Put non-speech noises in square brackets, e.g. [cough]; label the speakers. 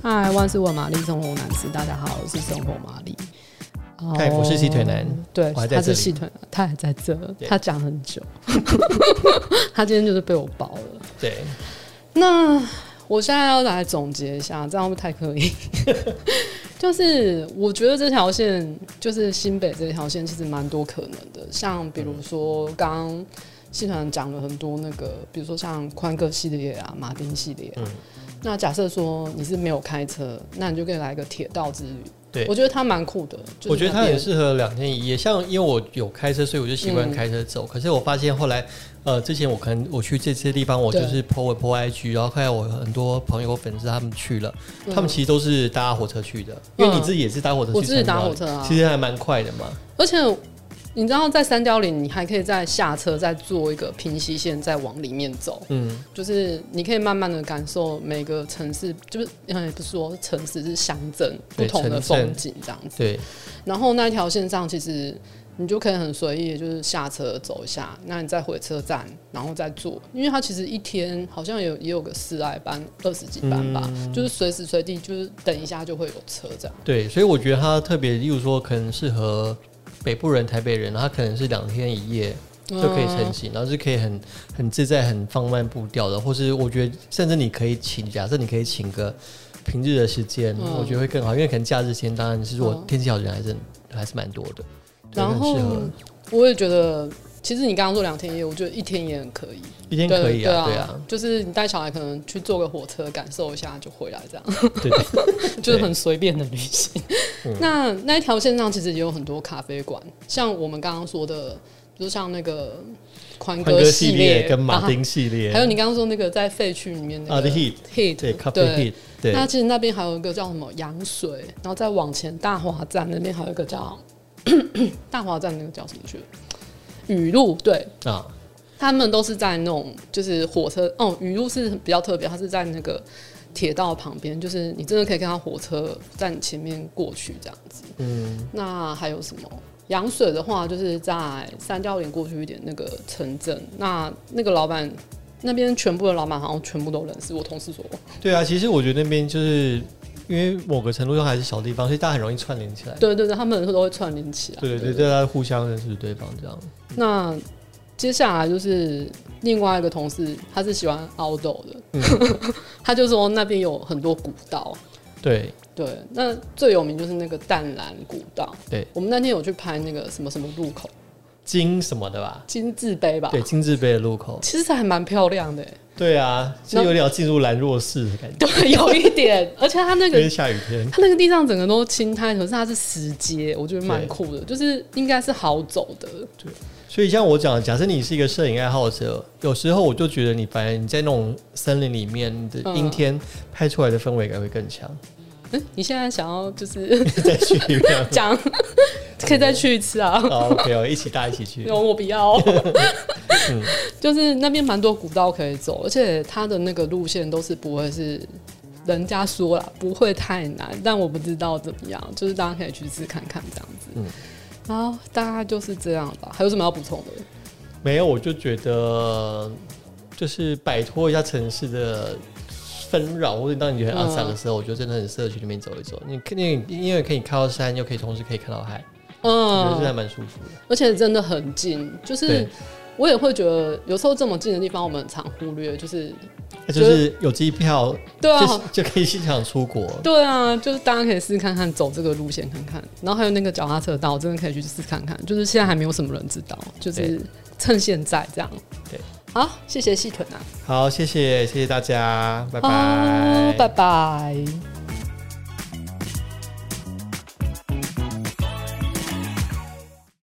Speaker 1: 嗨，万事问玛丽，生活难吃。大家好，我是生活玛丽。哦
Speaker 2: 嗨我是细腿男，
Speaker 1: 对，
Speaker 2: 我还在
Speaker 1: 他
Speaker 2: 这
Speaker 1: 是
Speaker 2: 里
Speaker 1: 细腿男，他还在这，
Speaker 2: 对
Speaker 1: 他讲很久， [laughs] 他今天就是被我包了。
Speaker 2: 对，
Speaker 1: 那我现在要来总结一下，这样会不会太刻意？ [laughs] 就是我觉得这条线，就是新北这条线，其实蛮多可能的。像比如说刚刚系团讲了很多那个，比如说像宽哥系列啊、马丁系列
Speaker 2: 嗯
Speaker 1: 啊。那假设说你是没有开车，那你就可以来个铁道之旅。
Speaker 2: 对
Speaker 1: 我觉得它蛮酷的。就是
Speaker 2: 我觉得它
Speaker 1: 那边
Speaker 2: 很适合两天一夜。像因为我有开车，所以我就习
Speaker 1: 嗯
Speaker 2: 惯开车走。可是我发现后来，呃，之前我可能我去这些地方，我就
Speaker 1: 对
Speaker 2: 是 po 我 po IG，然后看到我很多朋友粉丝他们去了，
Speaker 1: 嗯
Speaker 2: 他们其实都是搭火车去的，因为你自己也是搭火车去，
Speaker 1: 我自己搭火车啊
Speaker 2: 其实还蛮快的嘛。
Speaker 1: 而且你知道，在三貂岭，你还可以再下车，再坐一个平息线，再往里面走。
Speaker 2: 嗯，
Speaker 1: 就是你可以慢慢的感受每个城市，就是嗯，不是说城市是乡镇不
Speaker 2: 对
Speaker 1: 同的
Speaker 2: 城镇
Speaker 1: 风景这样子。
Speaker 2: 对，
Speaker 1: 然后那条线上其实你就可以很随意，就是下车走一下，那你再回车站，然后再坐，因为它其实一天好像有也有个四爱班二十几班吧，
Speaker 2: 嗯
Speaker 1: 就是随时随地就是等一下就会有车这样。
Speaker 2: 对，所以我觉得它特别，例如说可能适合北部人、台北人，然后它可能是两天一夜就可以成型，然后是可以很很自在、很放慢步调的，或是我觉得甚至你可以请，假设你可以请个平日的时间，
Speaker 1: 嗯
Speaker 2: 我觉得会更好，因为可能假日间当然是如果
Speaker 1: 嗯
Speaker 2: 天气好，人还是很还是蛮多的，对，
Speaker 1: 然
Speaker 2: 很
Speaker 1: 后
Speaker 2: 适合
Speaker 1: 我也觉得，其实你刚刚说两天一夜，我觉得一天也很可以。
Speaker 2: 一天
Speaker 1: 对
Speaker 2: 可以啊，
Speaker 1: 对
Speaker 2: 对啊，
Speaker 1: 就是你带小孩可能去坐个火车，感受一下就回来，
Speaker 2: [laughs]
Speaker 1: 这样 [laughs]
Speaker 2: 对对嗯
Speaker 1: 就是很随便的旅行。那那一条线上其实也有很多咖啡馆，像我们刚刚说的，就像那个宽
Speaker 2: 宽
Speaker 1: 哥
Speaker 2: 歌系列跟马
Speaker 1: 啊
Speaker 2: 丁系列，
Speaker 1: 还有你刚刚说那个在废墟里面那个
Speaker 2: 啊，The Heat，
Speaker 1: Heat，
Speaker 2: 对，Coffee Heat，对，
Speaker 1: 那其实那边还有一个叫什么羊水，然后再往前大华站那边还有一个叫大华站那个叫什么去了？雨露对，
Speaker 2: 啊，
Speaker 1: 他们都是在那种就是火车哦，雨露是比较特别，它是在那个铁道旁边，就是你真的可以看到火车在你前面过去这样子。
Speaker 2: 嗯，
Speaker 1: 那还有什么？羊水的话，就是在三貂岭过去一点那个城镇，那那个老板那边全部的老板好像全部都认识，我同事说过。
Speaker 2: 对啊，其实我觉得那边就是因为某个程度上还是小地方，所以大家很容易串联起来。
Speaker 1: 对对对，他们都会串联起来。
Speaker 2: 对对对，大家互相认识对方这样。
Speaker 1: 那接下来就是另外一个同事，他是喜欢 outdoor 的，
Speaker 2: 嗯
Speaker 1: [laughs] 他就说那边有很多古道。
Speaker 2: 对
Speaker 1: 对，那最有名就是那个淡蓝古道。
Speaker 2: 对，
Speaker 1: 我们那天有去拍那个什么什么路口，
Speaker 2: 金什么的吧？
Speaker 1: 金字碑吧？
Speaker 2: 对，，金字碑的路口。
Speaker 1: 其实还蛮漂亮的耶。
Speaker 2: 对啊，就
Speaker 1: 那
Speaker 2: 有点要进入兰若寺的感
Speaker 1: [laughs]
Speaker 2: 觉，
Speaker 1: 对，有一点，而且它那
Speaker 2: 因为
Speaker 1: 个
Speaker 2: 下雨天。
Speaker 1: 它那个地上整个都青苔，可是它是石阶，我觉得蛮
Speaker 2: 对
Speaker 1: 酷的，就是应该是好走的。
Speaker 2: 所以像我讲的，假设你是一个摄影爱好者，有时候我就觉得你反而你在那种森林里面，你的
Speaker 1: 嗯
Speaker 2: 阴天拍出来的氛围感会更强。 [laughs]
Speaker 1: 嗯，你现在想要就是 [laughs]
Speaker 2: 再去一遍。
Speaker 1: 讲，
Speaker 2: [laughs]
Speaker 1: 可以再去一次啊。
Speaker 2: 好，OK，哦一起大家一起去。
Speaker 1: 有我不要，
Speaker 2: 嗯
Speaker 1: [laughs] 就是那边蛮多古道可以走，而且它的那个路线都是不会是人家说啦，不会太难，但我不知道怎么样，就是大家可以去试看看这样子。
Speaker 2: 嗯
Speaker 1: 然后大概就是这样吧，还有什么要补充的？
Speaker 2: 没有，我就觉得就是摆脱一下城市的纷扰，或者当你觉得很阿杂的
Speaker 1: 嗯
Speaker 2: 时候，我觉得真的很适合去那边走一走。你肯定因为可以看到山，又可以同时可以看到海，我觉得这还
Speaker 1: 嗯，
Speaker 2: 蛮舒服的。
Speaker 1: 而且真的很近，就是
Speaker 2: 对
Speaker 1: 我也会觉得有时候这么近的地方，我们很常忽略，就是
Speaker 2: 那就是有机票，
Speaker 1: 对啊，
Speaker 2: 就就可以现场出国。
Speaker 1: 对啊，就是大家可以试试看看走这个路线看看，然后还有那个脚踏车道，真的可以去试看看。就是现在还没有什么人知道，就是
Speaker 2: 对
Speaker 1: 趁现在这样。
Speaker 2: 对，
Speaker 1: 好，谢谢细腿男，啊
Speaker 2: 哦好，谢谢谢谢大家，拜拜，
Speaker 1: 好拜拜。